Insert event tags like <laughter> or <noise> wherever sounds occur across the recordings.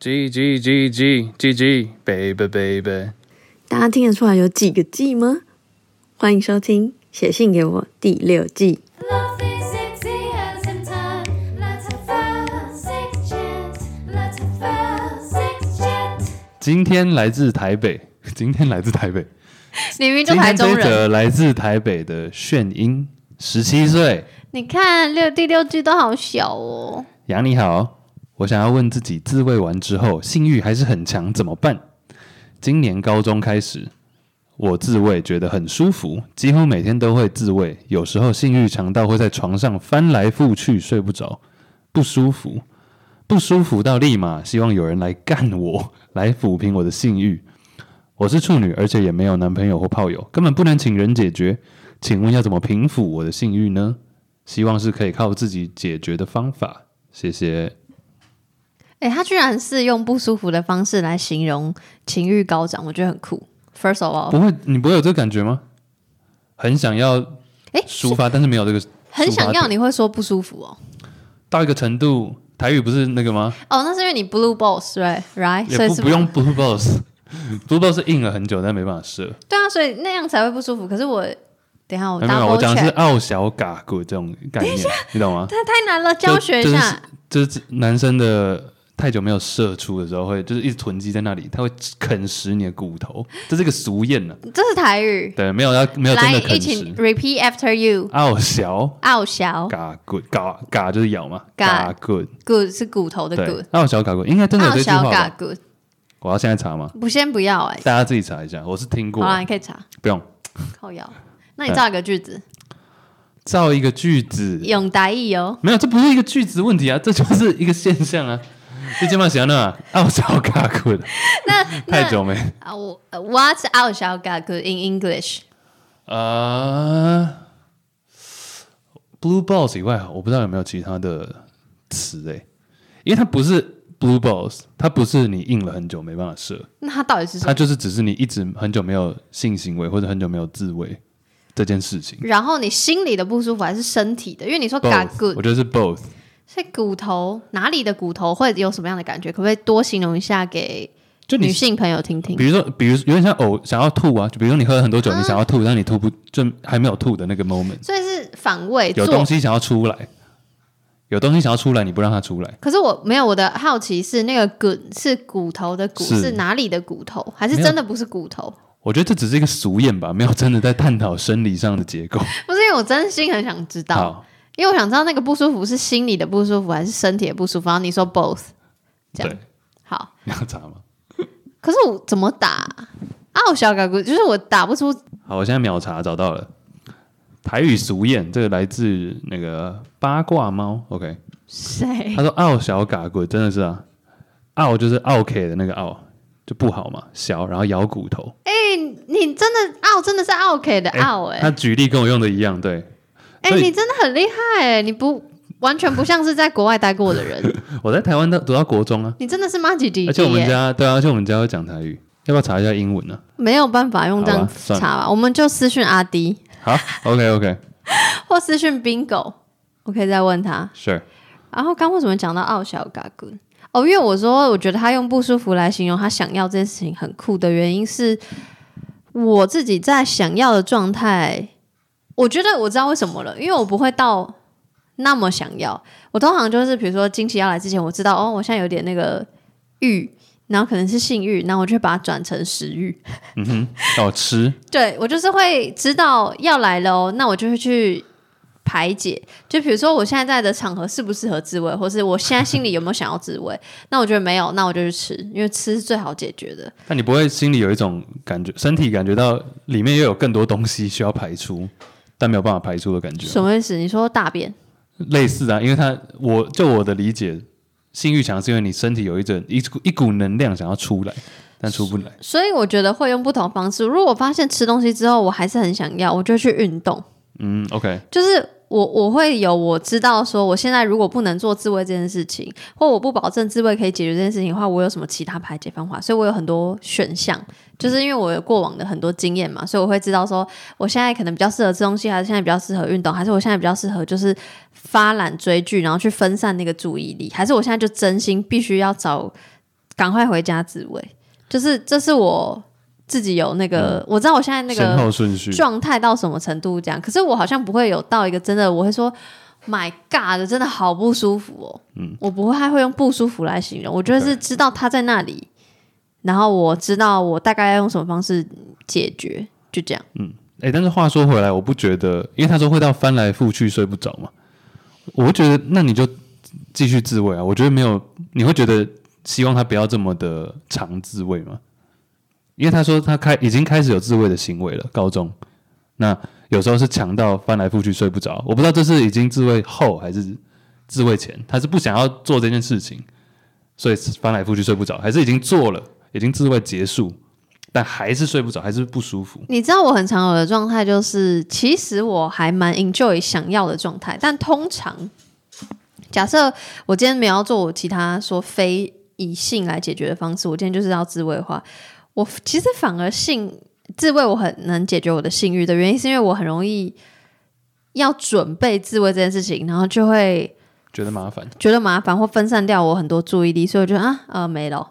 G G G G G G baby baby，大家听得出来有几个季吗？欢迎收听《写信给我》第六季。 Love is as easy as in time. Let's have first six chance. Let's have first six chance. 今天来自台北， <laughs> 今天来自台北，你明明就今台天中这人，则来自台北的炫英，十七岁，你看六第六句都好小哦。杨你好，我想要问自己，自慰完之后性欲还是很强怎么办？今年高中开始，我自慰觉得很舒服，几乎每天都会自慰，有时候性欲强到会在床上翻来覆去睡不着，不舒服，不舒服到立马希望有人来干我，来抚平我的性欲。我是处女，而且也没有男朋友或炮友，根本不能请人解决。请问要怎么平复我的性欲呢？希望是可以靠自己解决的方法。谢谢。哎，他居然是用不舒服的方式来形容情欲高涨，我觉得很酷。First of all，不会，你不会有这个感觉吗？很想要哎，抒发，但是没有这个很抒想发要，点你会说不舒服哦。到一个程度。台语不是那个吗？哦，那是因为你 blue balls right right，所哎也以不是不用 blue <laughs> boss，blue boss 硬了很久，但没办法射。对啊，所以那样才会不舒服。可是我等一下我没有没有，我 double 讲的是 check，傲小嘎骨这种概念，你懂吗？太太难了，就教学一下。，就是就是男生的太久没有射出的时候会，就是一直囤积在那里，他会啃食你的骨头，这是一个俗谚呢、这是台语，对，没有要没有真来的啃一起食。 repeat after you。傲小傲小嘎骨嘎嘎就是咬嘛，嘎嘎骨 good 是骨头的对 good，，傲小嘎骨应该真的有傲这句话小嘎吧？ good，我要现在查吗？不先不要哎、大家自己查一下，我是听过好，啊啦，你可以查。不用靠腰。那你造一个句子，造一个句子，用台语哦。没有，这不是一个句子问题啊，这就是一个现象啊。你肩膀想那啊傲小嘎骨的， <laughs> 那太久没 <laughs> 啊，我 What's out shall got good in English？啊。Blue balls 以外，我不知道有没有其他的词诶、因为它不是 blue balls，它不是你硬了很久没办法射，那它到底是什它么？就是只是你一直很久没有性行为或者很久没有自慰这件事情。然后你心里的不舒服还是身体的？因为你说 got Both，我 good 觉得是 both。是骨头哪里的骨头会有什么样的感觉？可不可以多形容一下给就你女，性朋友听听？比如说，比如有点像呕，想要吐啊，就比如说你喝了很多酒，你想要吐，但你吐不就还没有吐的那个 moment，所以是反胃有东做。西想要出来，有东西想要出来，你不让它出来，可是我没有，我的好奇是那个“滚”是骨头的“骨”是是哪里的骨头，还是没有真的不是骨头？我觉得这只是一个俗谚吧，没有真的在探讨生理上的结构。不是，因为我真心很想知道。好，因为我想知道那个不舒服是心理的不舒服还是身体的不舒服，然后你说 both，这样对， <laughs> 好。你要查吗？可是我怎么打啊？我小改骨就是我打不出，好，我现在秒查找到了。台语俗谚，这个来自那个八卦猫。OK，谁他说傲小嘎骨真的是啊，傲就是傲 K 的那个傲，就不好嘛，小然后咬骨头。哎你真的傲，真的是 OK 的傲哎、他举例跟我用的一样，对哎、所以你真的很厉害哎、你不完全不像是在国外待过的 <laughs> 人，我在台湾到读到国中啊，你真的是妈吉弟而且我弟们耶、家对啊，而且我们家会讲台语，要不要查一下英文啊呢、没有办法用这好样吧算了查吧，我们就私讯阿迪好，OK OK，或私讯 Bingo，我可以再问他。 <laughs> Sure，然后刚为什么讲到傲小嘎咕？哦，因为我说我觉得他用不舒服来形容他想要这件事情很酷的原因是，我自己在想要的状态，我觉得我知道为什么了，因为我不会到那么想要。我通常就是比如说惊喜要来之前，我知道哦，我现在有点那个欲，然后可能是性欲，然后我就会把它转成食欲。哦吃，对我就是会知道要来了哦，那我就会去排解。就比如说我现在在的场合适不适合自慰，或是我现在心里有没有想要自慰， <laughs> 那我觉得没有，那我就去吃，因为吃是最好解决的。但你不会心里有一种感觉，身体感觉到里面又有更多东西需要排出，但没有办法排出的感觉，什么意思？你说大便？类似啊，因为他我就我的理解，性欲强是因为你身体有一种一股一股能量想要出来，但出不来。所以我觉得会用不同方式。如果我发现吃东西之后我还是很想要，我就去运动。嗯，OK，就是我我会有我知道说，我现在如果不能做自慰这件事情，或我不保证自慰可以解决这件事情的话，我有什么其他排解方法？所以我有很多选项，就是因为我有过往的很多经验嘛，所以我会知道说，我现在可能比较适合吃东西，还是现在比较适合运动，还是我现在比较适合就是发懒追剧，然后去分散那个注意力，还是我现在就真心必须要找。赶快回家自慰，就是这是我自己有那个，我知道我现在那嗯先个后顺序，状态到什么程度这样，可是我好像不会有到一个真的我会说。My God，真的好不舒服哦。嗯，我不会还会用不舒服来形容，我觉得是知道他在那里，然后我知道我大概要用什么方式解决，就这样。哎、但是话说回来，我不觉得，因为他说会到翻来覆去睡不着嘛，我会觉得那你就继续自慰啊。我觉得没有，你会觉得希望他不要这么的常自慰吗？因为他说他开已经开始有自慰的行为了，高中那有时候是强到翻来覆去睡不着，我不知道这是已经自慰后还是自慰前，他是不想要做这件事情，所以翻来覆去睡不着，还是已经做了，已经自慰结束，但还是睡不着，还是不舒服。你知道我很常有的状态就是，其实我还蛮 enjoy 想要的状态，但通常假设我今天没有要做我其他说非以性来解决的方式，我今天就是要自慰的话，我其实反而性自慰我很能解决我的性欲的原因，是因为我很容易要准备自慰这件事情，然后就会觉得麻烦。觉得麻烦或分散掉我很多注意力，所以我觉得啊呃没了。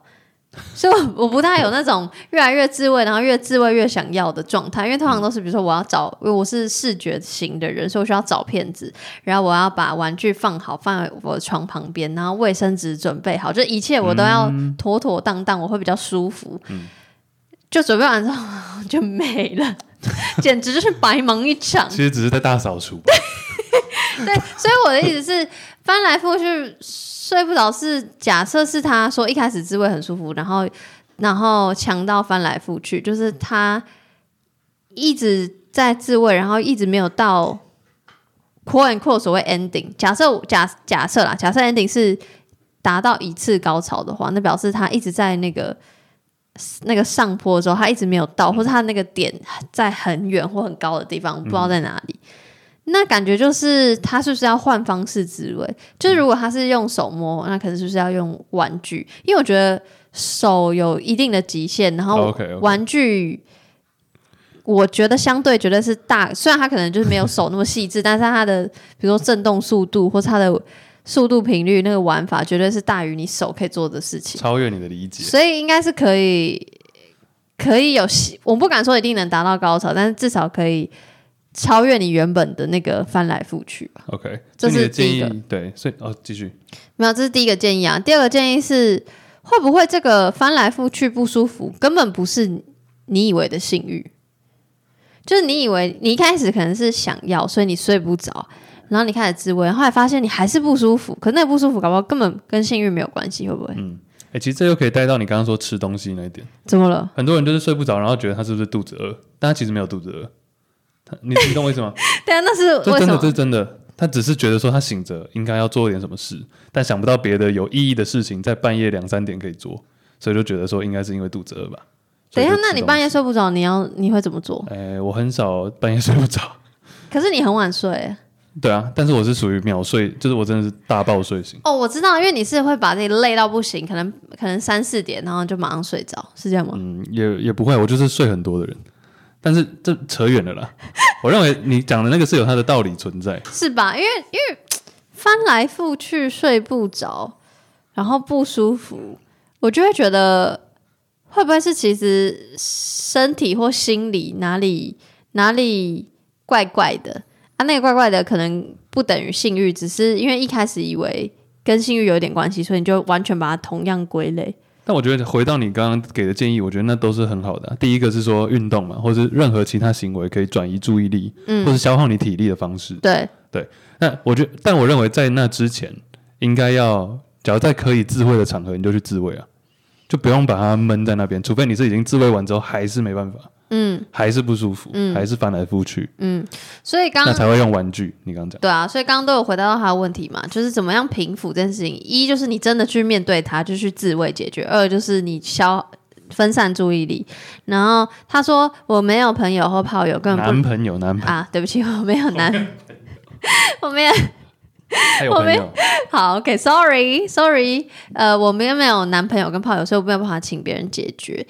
<laughs> 所以我，我不大有那种越来越自慰，然后越自慰越想要的状态，因为通常都是比如说我要找，因为我是视觉型的人，所以我需要找片子，然后我要把玩具放好，放在我的床旁边，然后卫生纸准备好，就一切我都要妥妥当当，我会比较舒服。就准备完之后 <laughs> 就没了，简直就是白忙一场。其实只是在大扫除吧，对，所以我的意思是，翻来覆去睡不着是假设是他说一开始滋味很舒服，然后然后强到翻来覆去，就是他一直在自慰，然后一直没有到 “quote and quote” 所谓 ending。假设假假设啦，假设 ending 是达到一次高潮的话，那表示他一直在那个。那个上坡的时候，他一直没有到，或者他那个点在很远或很高的地方，我不知道在哪里。那感觉就是他是不是要换方式自慰？就是如果他是用手摸，那可能是不是要用玩具？因为我觉得手有一定的极限，然后 OK，OK 玩具。我觉得相对绝对是大，虽然它可能就是没有手那么细致，但是它的比如说震动速度或是它的速度频率，那个玩法绝对是大于你手可以做的事情。超越你的理解。所以应该是可以，可以有希，我不敢说一定能达到高潮，但是至少可以超越你原本的那个翻来覆去吧。 OK，这所以你是的第一个建议对，所以哦，继续没有，这是第一个建议啊。第二个建议是，会不会这个翻来覆去不舒服，根本不是你以为的性欲？就是你以为你一开始可能是想要，所以你睡不着，然后你开始自慰，后来发现你还是不舒服，可那个不舒服搞不好根本跟性欲没有关系，会不会？哎、其实这又可以带到你刚刚说吃东西那一点。怎么了？很多人就是睡不着，然后觉得他是不是肚子饿，但他其实没有肚子饿。他你你懂我意 <laughs> 思吗？对啊，那是这为真什的，么这？真的，他只是觉得说他醒着应该要做点什么事，但想不到别的有意义的事情在半夜两三点可以做，所以就觉得说应该是因为肚子饿吧。等一下所以，就那吃你东半夜西？睡不着，你要你会怎么做？哎、我很少半夜睡不着。可是你很晚睡对啊，但是我是属于秒睡，就是我真的是大爆睡醒。哦，我知道，因为你是会把自己累到不行，可能可能三四点，然后就马上睡着，是这样吗？嗯，也也不会，我就是睡很多的人。但是这扯远了啦。我认为你讲的那个是有它的道理存在。是吧？因为因为翻来覆去睡不着，然后不舒服，我就会觉得会不会是其实身体或心理哪里哪里怪怪的啊？那个怪怪的可能不等于性欲，只是因为一开始以为跟性欲有点关系，所以你就完全把它同样归类。但我觉得回到你刚刚给的建议，我觉得那都是很好的啊、第一个是说运动嘛，或是任何其他行为可以转移注意力，嗯或是消耗你体力的方式。对，那我觉得，但我认为在那之前，应该要，假如在可以自慰的场合，你就去自慰啊，就不用把它闷在那边，除非你是已经自慰完之后还是没办法，嗯还是不舒服，嗯还是翻来覆去，嗯，所以刚那刚才会用玩具。你刚刚讲。对啊，所以刚刚都有回答到他的问题嘛，就是怎么样平复这件事情。一就是你真的去面对它，就去自卫解决；二就是你消分散注意力。然后他说我没有朋友或炮友，根本男不朋友，男朋友，啊，对不起，我没有 <laughs> 男，我没有还有啊我朋没友， <laughs> 好，OK，sorry，sorry，、呃，我们没有男朋友跟炮友，所以我没有办法请别人解决。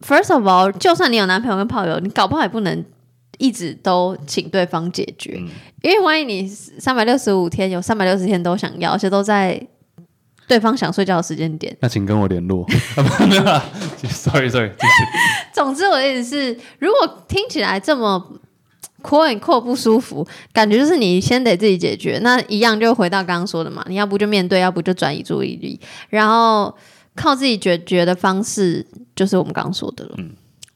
First of all，就算你有男朋友跟炮友，你搞不好也不能一直都请对方解决，因为万一你三百六十五天有三百六十天都想要，而且都在对方想睡觉的时间点。那请跟我联络。 <laughs> 啊不没有啦 sorry sorry，继续总之，我的意思是，如果听起来这么 quote and quote 不舒服，感觉就是你先得自己解决。那一样就回到刚刚说的嘛，你要不就面对，要不就转移注意力，然后靠自己解决的方式，就是我们刚刚说的了。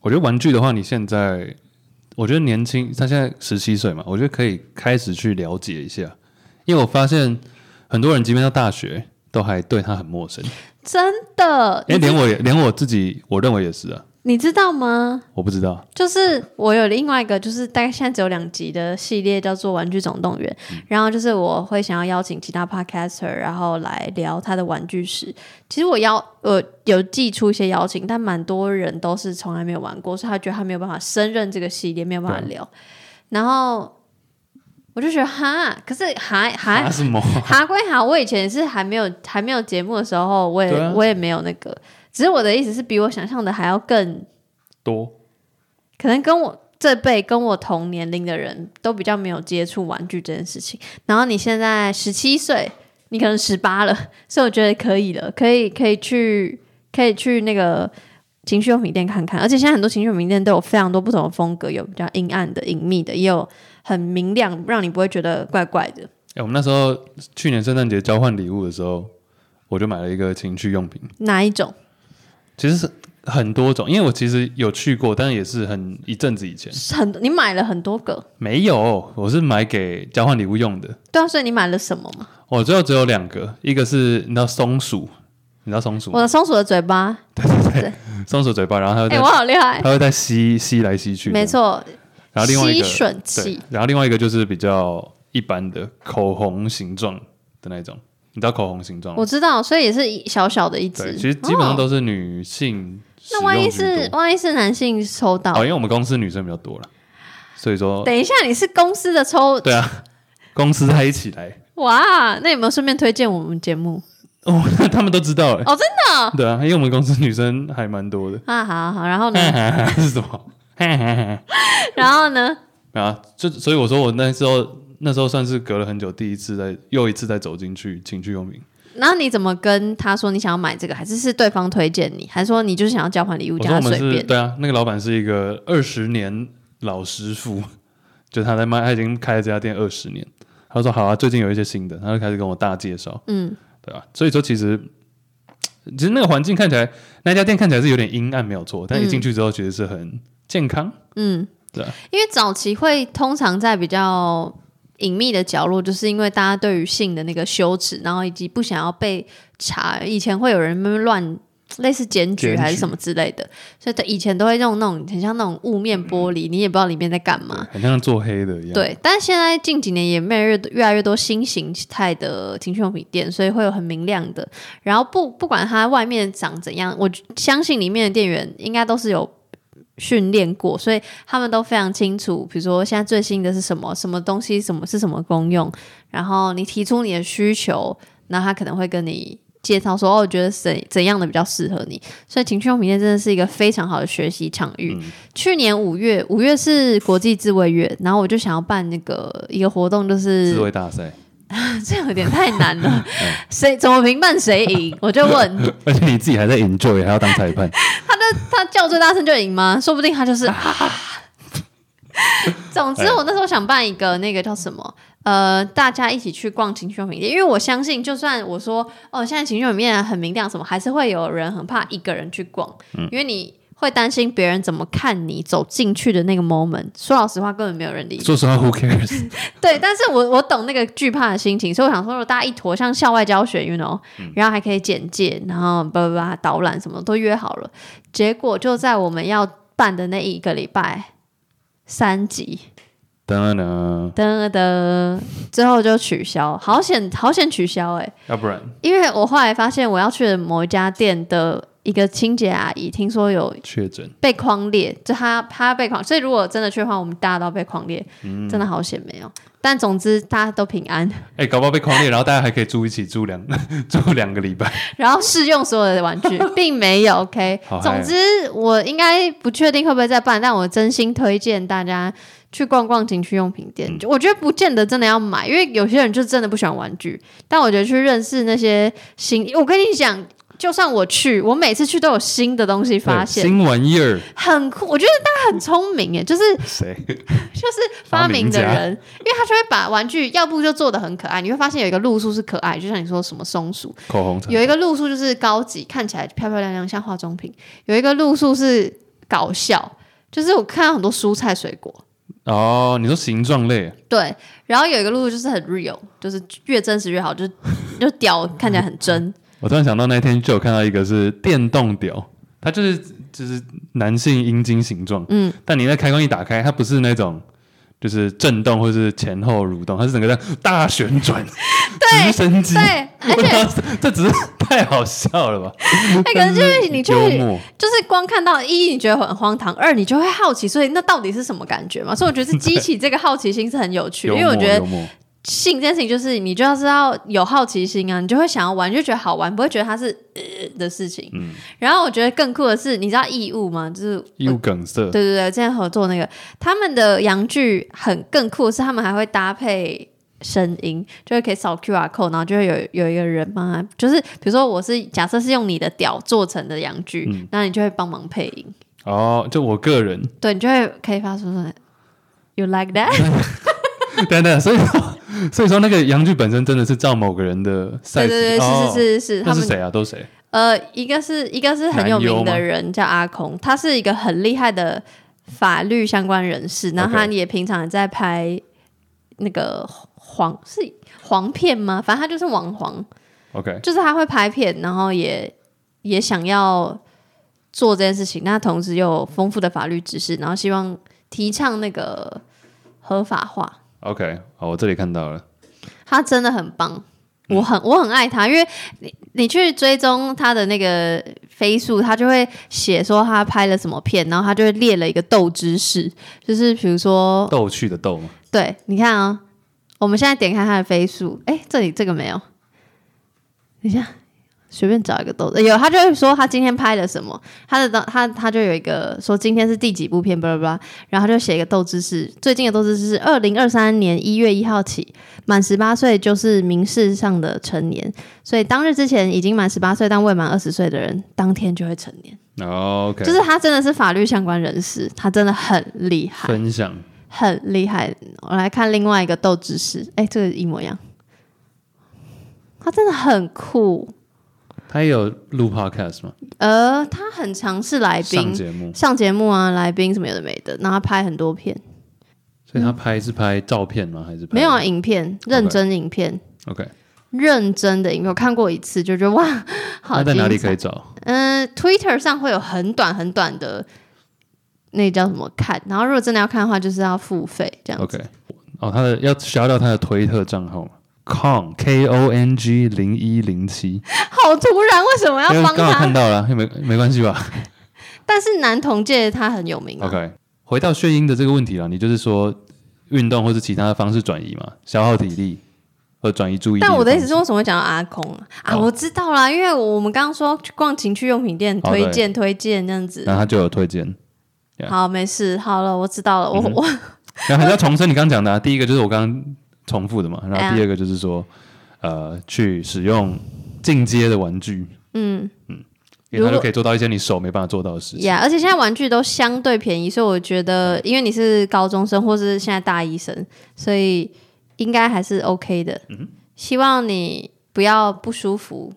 我觉得玩具的话，你现在，我觉得年轻，他现在十七岁嘛，我觉得可以开始去了解一下，因为我发现很多人即便到大学，都还对他很陌生。真的，哎、你连我也，连我自己，我认为也是啊，你知道吗？我不知道。就是我有另外一个，就是大概现在只有两集的系列叫做《玩具总动员》，然后就是我会想要邀请其他 podcaster，然后来聊他的玩具史。其实我邀我有寄出一些邀请，但蛮多人都是从来没有玩过，所以他觉得他没有办法胜任这个系列，没有办法聊。然后我就觉得哈，可是还还啊什么？哈归哈，我以前也是还没有还没有节目的时候，我也、对啊我也没有那个，只是我的意思是比我想象的还要更多可能跟我这辈跟我同年龄的人都比较没有接触玩具这件事情。然后你现在十七岁，你可能十八了，所以我觉得可以了，可以可以去可以去那个情趣用品店看看。而且现在很多情趣用品店都有非常多不同的风格，有比较阴暗的、隐秘的，也有很明亮，让你不会觉得怪怪的。哎、我们那时候去年圣诞节交换礼物的时候，我就买了一个情趣用品，哪一种？其实是很多种，因为我其实有去过，但也是很一阵子以前。很你买了很多个，没有，我是买给交换礼物用的。对啊，所以你买了什么嘛？我最后只有两个，一个是你知道松鼠，你知道松鼠我吗的松鼠的嘴巴，松鼠嘴巴，然后它会哎、在、我好厉害，它会在吸吸来吸去，没。错，然后另外一个吸吮对器，，然后另外一个就是比较一般的口红形状的那种，你知道口红形状吗我？知道，所以也是一小小的一只。对，其实基本上哦都是女性使那用万一居多是万一是男性抽到哦，？因为我们公司女生比较多了，所以说等一下，你是公司的抽对啊，公司在一起来，哇？那有没有顺便推荐我们节目？哦， <laughs> 他们都知道了，哦，真的哦对啊，因为我们公司女生还蛮多的，啊，好好，然后呢？ <laughs> 是什么？然后呢？啊，就所以我说我那时候那时候算是隔了很久，第一次在又一次再走进去情趣用品。然后你怎么跟他说你想要买这个，还是是对方推荐你，还是说你就是想要交换礼物，我叫说他我随们是便？对啊，那个老板是一个二十年老师傅， <laughs> 就他在卖，他已经开了这家店二十年。他说好啊，最近有一些新的，他就开始跟我大介绍，嗯，对吧、啊所以说其实其实那个环境看起来，那家店看起来是有点阴暗，没有错，但一进去之后其实是很健康。嗯，对啊因为早期会通常在比较隐秘的角落，就是因为大家对于性的那个羞耻，然后以及不想要被查。以前会有人慢慢乱类似检举检举还是什么之类的，所以他以前都会用那种很像那种雾嗯面玻璃，你也不知道里面在干嘛。很像做黑的一样。，对，但现在近几年也越来越多越来越多新形态的情趣用品店，所以会有很明亮的。然后不不管它外面长怎样，我相信里面的店员应该都是有训练过，所以他们都非常清楚，比如说现在最新的是什么，什么东西，什么是什么功用。然后你提出你的需求，那他可能会跟你。介绍说哦，我觉得怎怎样的比较适合你，所以情趣用品店真的是一个非常好的学习场域。去年五月，五月是国际自卫月，然后我就想要办那个一个活动，就是自卫大赛， <laughs> 这样有点太难 <laughs> 了，谁怎么评判谁赢？我就问而且你自己还在 enjoy，还要当裁判， <laughs> 他叫最大声就赢吗？说不定他 <laughs> 就是。啊、总之，我那时候想办一个那个叫什么？呃，大家一起去逛情趣用品店，因为我相信，就算我说哦，现在情趣用品店很明亮，什么还是会有人很怕一个人去逛，嗯因为你会担心别人怎么看你走进去的那个 moment。说老实话，根本没有人理你。说实话，who cares？对，但是我我懂那个惧怕的心情，所以我想说，如果大家一坨像校外教学，you know，、然后还可以简介，然后叭叭叭导览什么都约好了，结果就在我们要办的那一个礼拜，三级当然，啊噔噔，最后就取消，好险好险取消哎、要不然因为我后来发现我要去的某一家店的一个清洁阿姨，听说有确诊。被框列，就他他被框，所以如果真的去的话，我们大家都要被框列，真的好险没有。但总之大家都平安，哎、搞不好被狂猎，然后大家还可以住一起住两 <laughs> 住两个礼拜。然后试用所有的玩 <laughs> 具，并没有 OK 好嗨总哦。之我应该不确定会不会再办，但我真心推荐大家去逛逛情趣用品嗯店，就我觉得不见得真的要买，因为有些人就真的不喜欢玩具。但我觉得去认识那些新，我跟你讲，就算我去，我每次去都有新的东西发对现，新玩意儿，很酷。我觉得大家很聪明耶，就是谁？就是发明的人，因为他就会把玩具，要不就做的很可爱，你会发现有一个路数是可爱，就像你说什么松鼠，口红茶有一个路数就是高级，看起来漂漂亮亮，像化妆品；有一个路数是搞笑，就是我看到很多蔬菜水果。哦，你说形状类，对，然后有一个路数就是很 real，就是越真实越好，就是就屌看起来很 <laughs> 真。我突然想到那天就有看到一个是电动屌，它就是就是男性阴茎形状，嗯，但你那开关一打开，它不是那种就是震动或是前后蠕动，它是整个在大旋转，直升 <laughs> 机，<laughs> 对，而且且这只是太好笑 <laughs> 了吧？那个哎就是你就幽会默，就是光看到一，你觉得很荒唐；二，你就会好奇，所以那到底是什么感觉嘛？所以我觉得是激起这个好奇心是很有趣， <laughs> 幽因默，为我觉得幽默性这件事情就是你就要知道有好奇心啊，你就会想要玩，你就觉得好玩，不会觉得它是呃的事情。嗯然后我觉得更酷的是，你知道义务吗？就是又梗塞，对对对，之前合作那个，他们的洋剧很更酷的是，他们还会搭配声音，就会可以扫 QR code，然后就会有有一个人帮他，就是比如说我是假设是用你的屌做成的洋剧，嗯那、你就会帮忙配音，哦，就我 <laughs> 个人，对你就会可以发出说 You like <laughs> that？等等，所以说所以说那个洋剧本身真的是照某个人的对 size，对对，哦是是是是是，那他是们谁啊？都谁？呃，一个是一个是很有名男优吗的人叫阿空，他是一个很厉害的法律相关人士，然后他 OK 也平常也在拍那个黄是黄片吗？反正他就是网黄， OK，就是他会拍片，然后也也想要做这件事情，那同时又有丰富的法律知识，然后希望提倡那个合法化。 OK，好，我这里看到了。他真的很棒，我很我很爱他，因为你你去追踪他的那个飞速，他就会写说他拍了什么片，然后他就会列了一个豆知识，就是比如说，逗趣的逗嘛，对，你看啊、我们现在点开他的飞速，哎，这里这个没有，等一下。随便找一个豆子，有他就会说他今天拍了什么，他的豆他他就有一个说今天是第几部片，巴拉巴拉，然后他就写一个豆知识，最近的豆知识是二零二三年一月一号起，满十八岁就是民事上的成年，所以当日之前已经满十八岁但未满二十岁的人，当天就会成年。哦 OK，就是他真的是法律相关人士，他真的很厉害，分享很厉害。我来看另外一个豆知识，哎、这个一模一样，他真的很酷。他也有录 podcast 嘛，呃，他很常是来上宾节目，上节目啊，来宾什么有的没的，然后他拍很多片，所以他拍是拍照片吗？还是拍没有啊，影片，认真影片。 ？OK，认真的影片，我看过一次就觉得 <laughs> 哇，好那在哪精里彩可以找？嗯，Twitter 上会有很短很短的，那叫什么看。然后如果真的要看的话，就是要付费这样子。 OK，哦，他的要 shout out 他的推特账号嘛，con k o n g 零一零七，好突然，为什么要因为帮刚好看他？到了，没没关系吧但是男同界他很有名、啊。 ？OK，回到炫音的这个问题了，你就是说运动或是其他的方式转移嘛，消耗体力和转移注意力方式。但我的意思是，为什么会讲到阿空啊？啊，哦我知道啦，因为我们刚刚说去逛情趣用品店，哦啊推荐推荐这样子。然后他就有推荐。对好，没事，好了，我知道了，嗯我、我然后还是要重申你刚刚讲的、啊，第一个就是我刚刚重复的嘛，然哎后呀第二个就是说，呃，去使用进阶的玩具，嗯因如为它就果可以做到一些你手没办法做到的事情。呀而且现在玩具都相对便宜，所以我觉嗯得，因为你是高中生或是现在大一生，所以应该还是 OK 的。嗯希望你不要不舒服。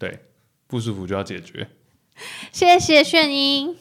对，不舒服就要解决。谢谢炫英。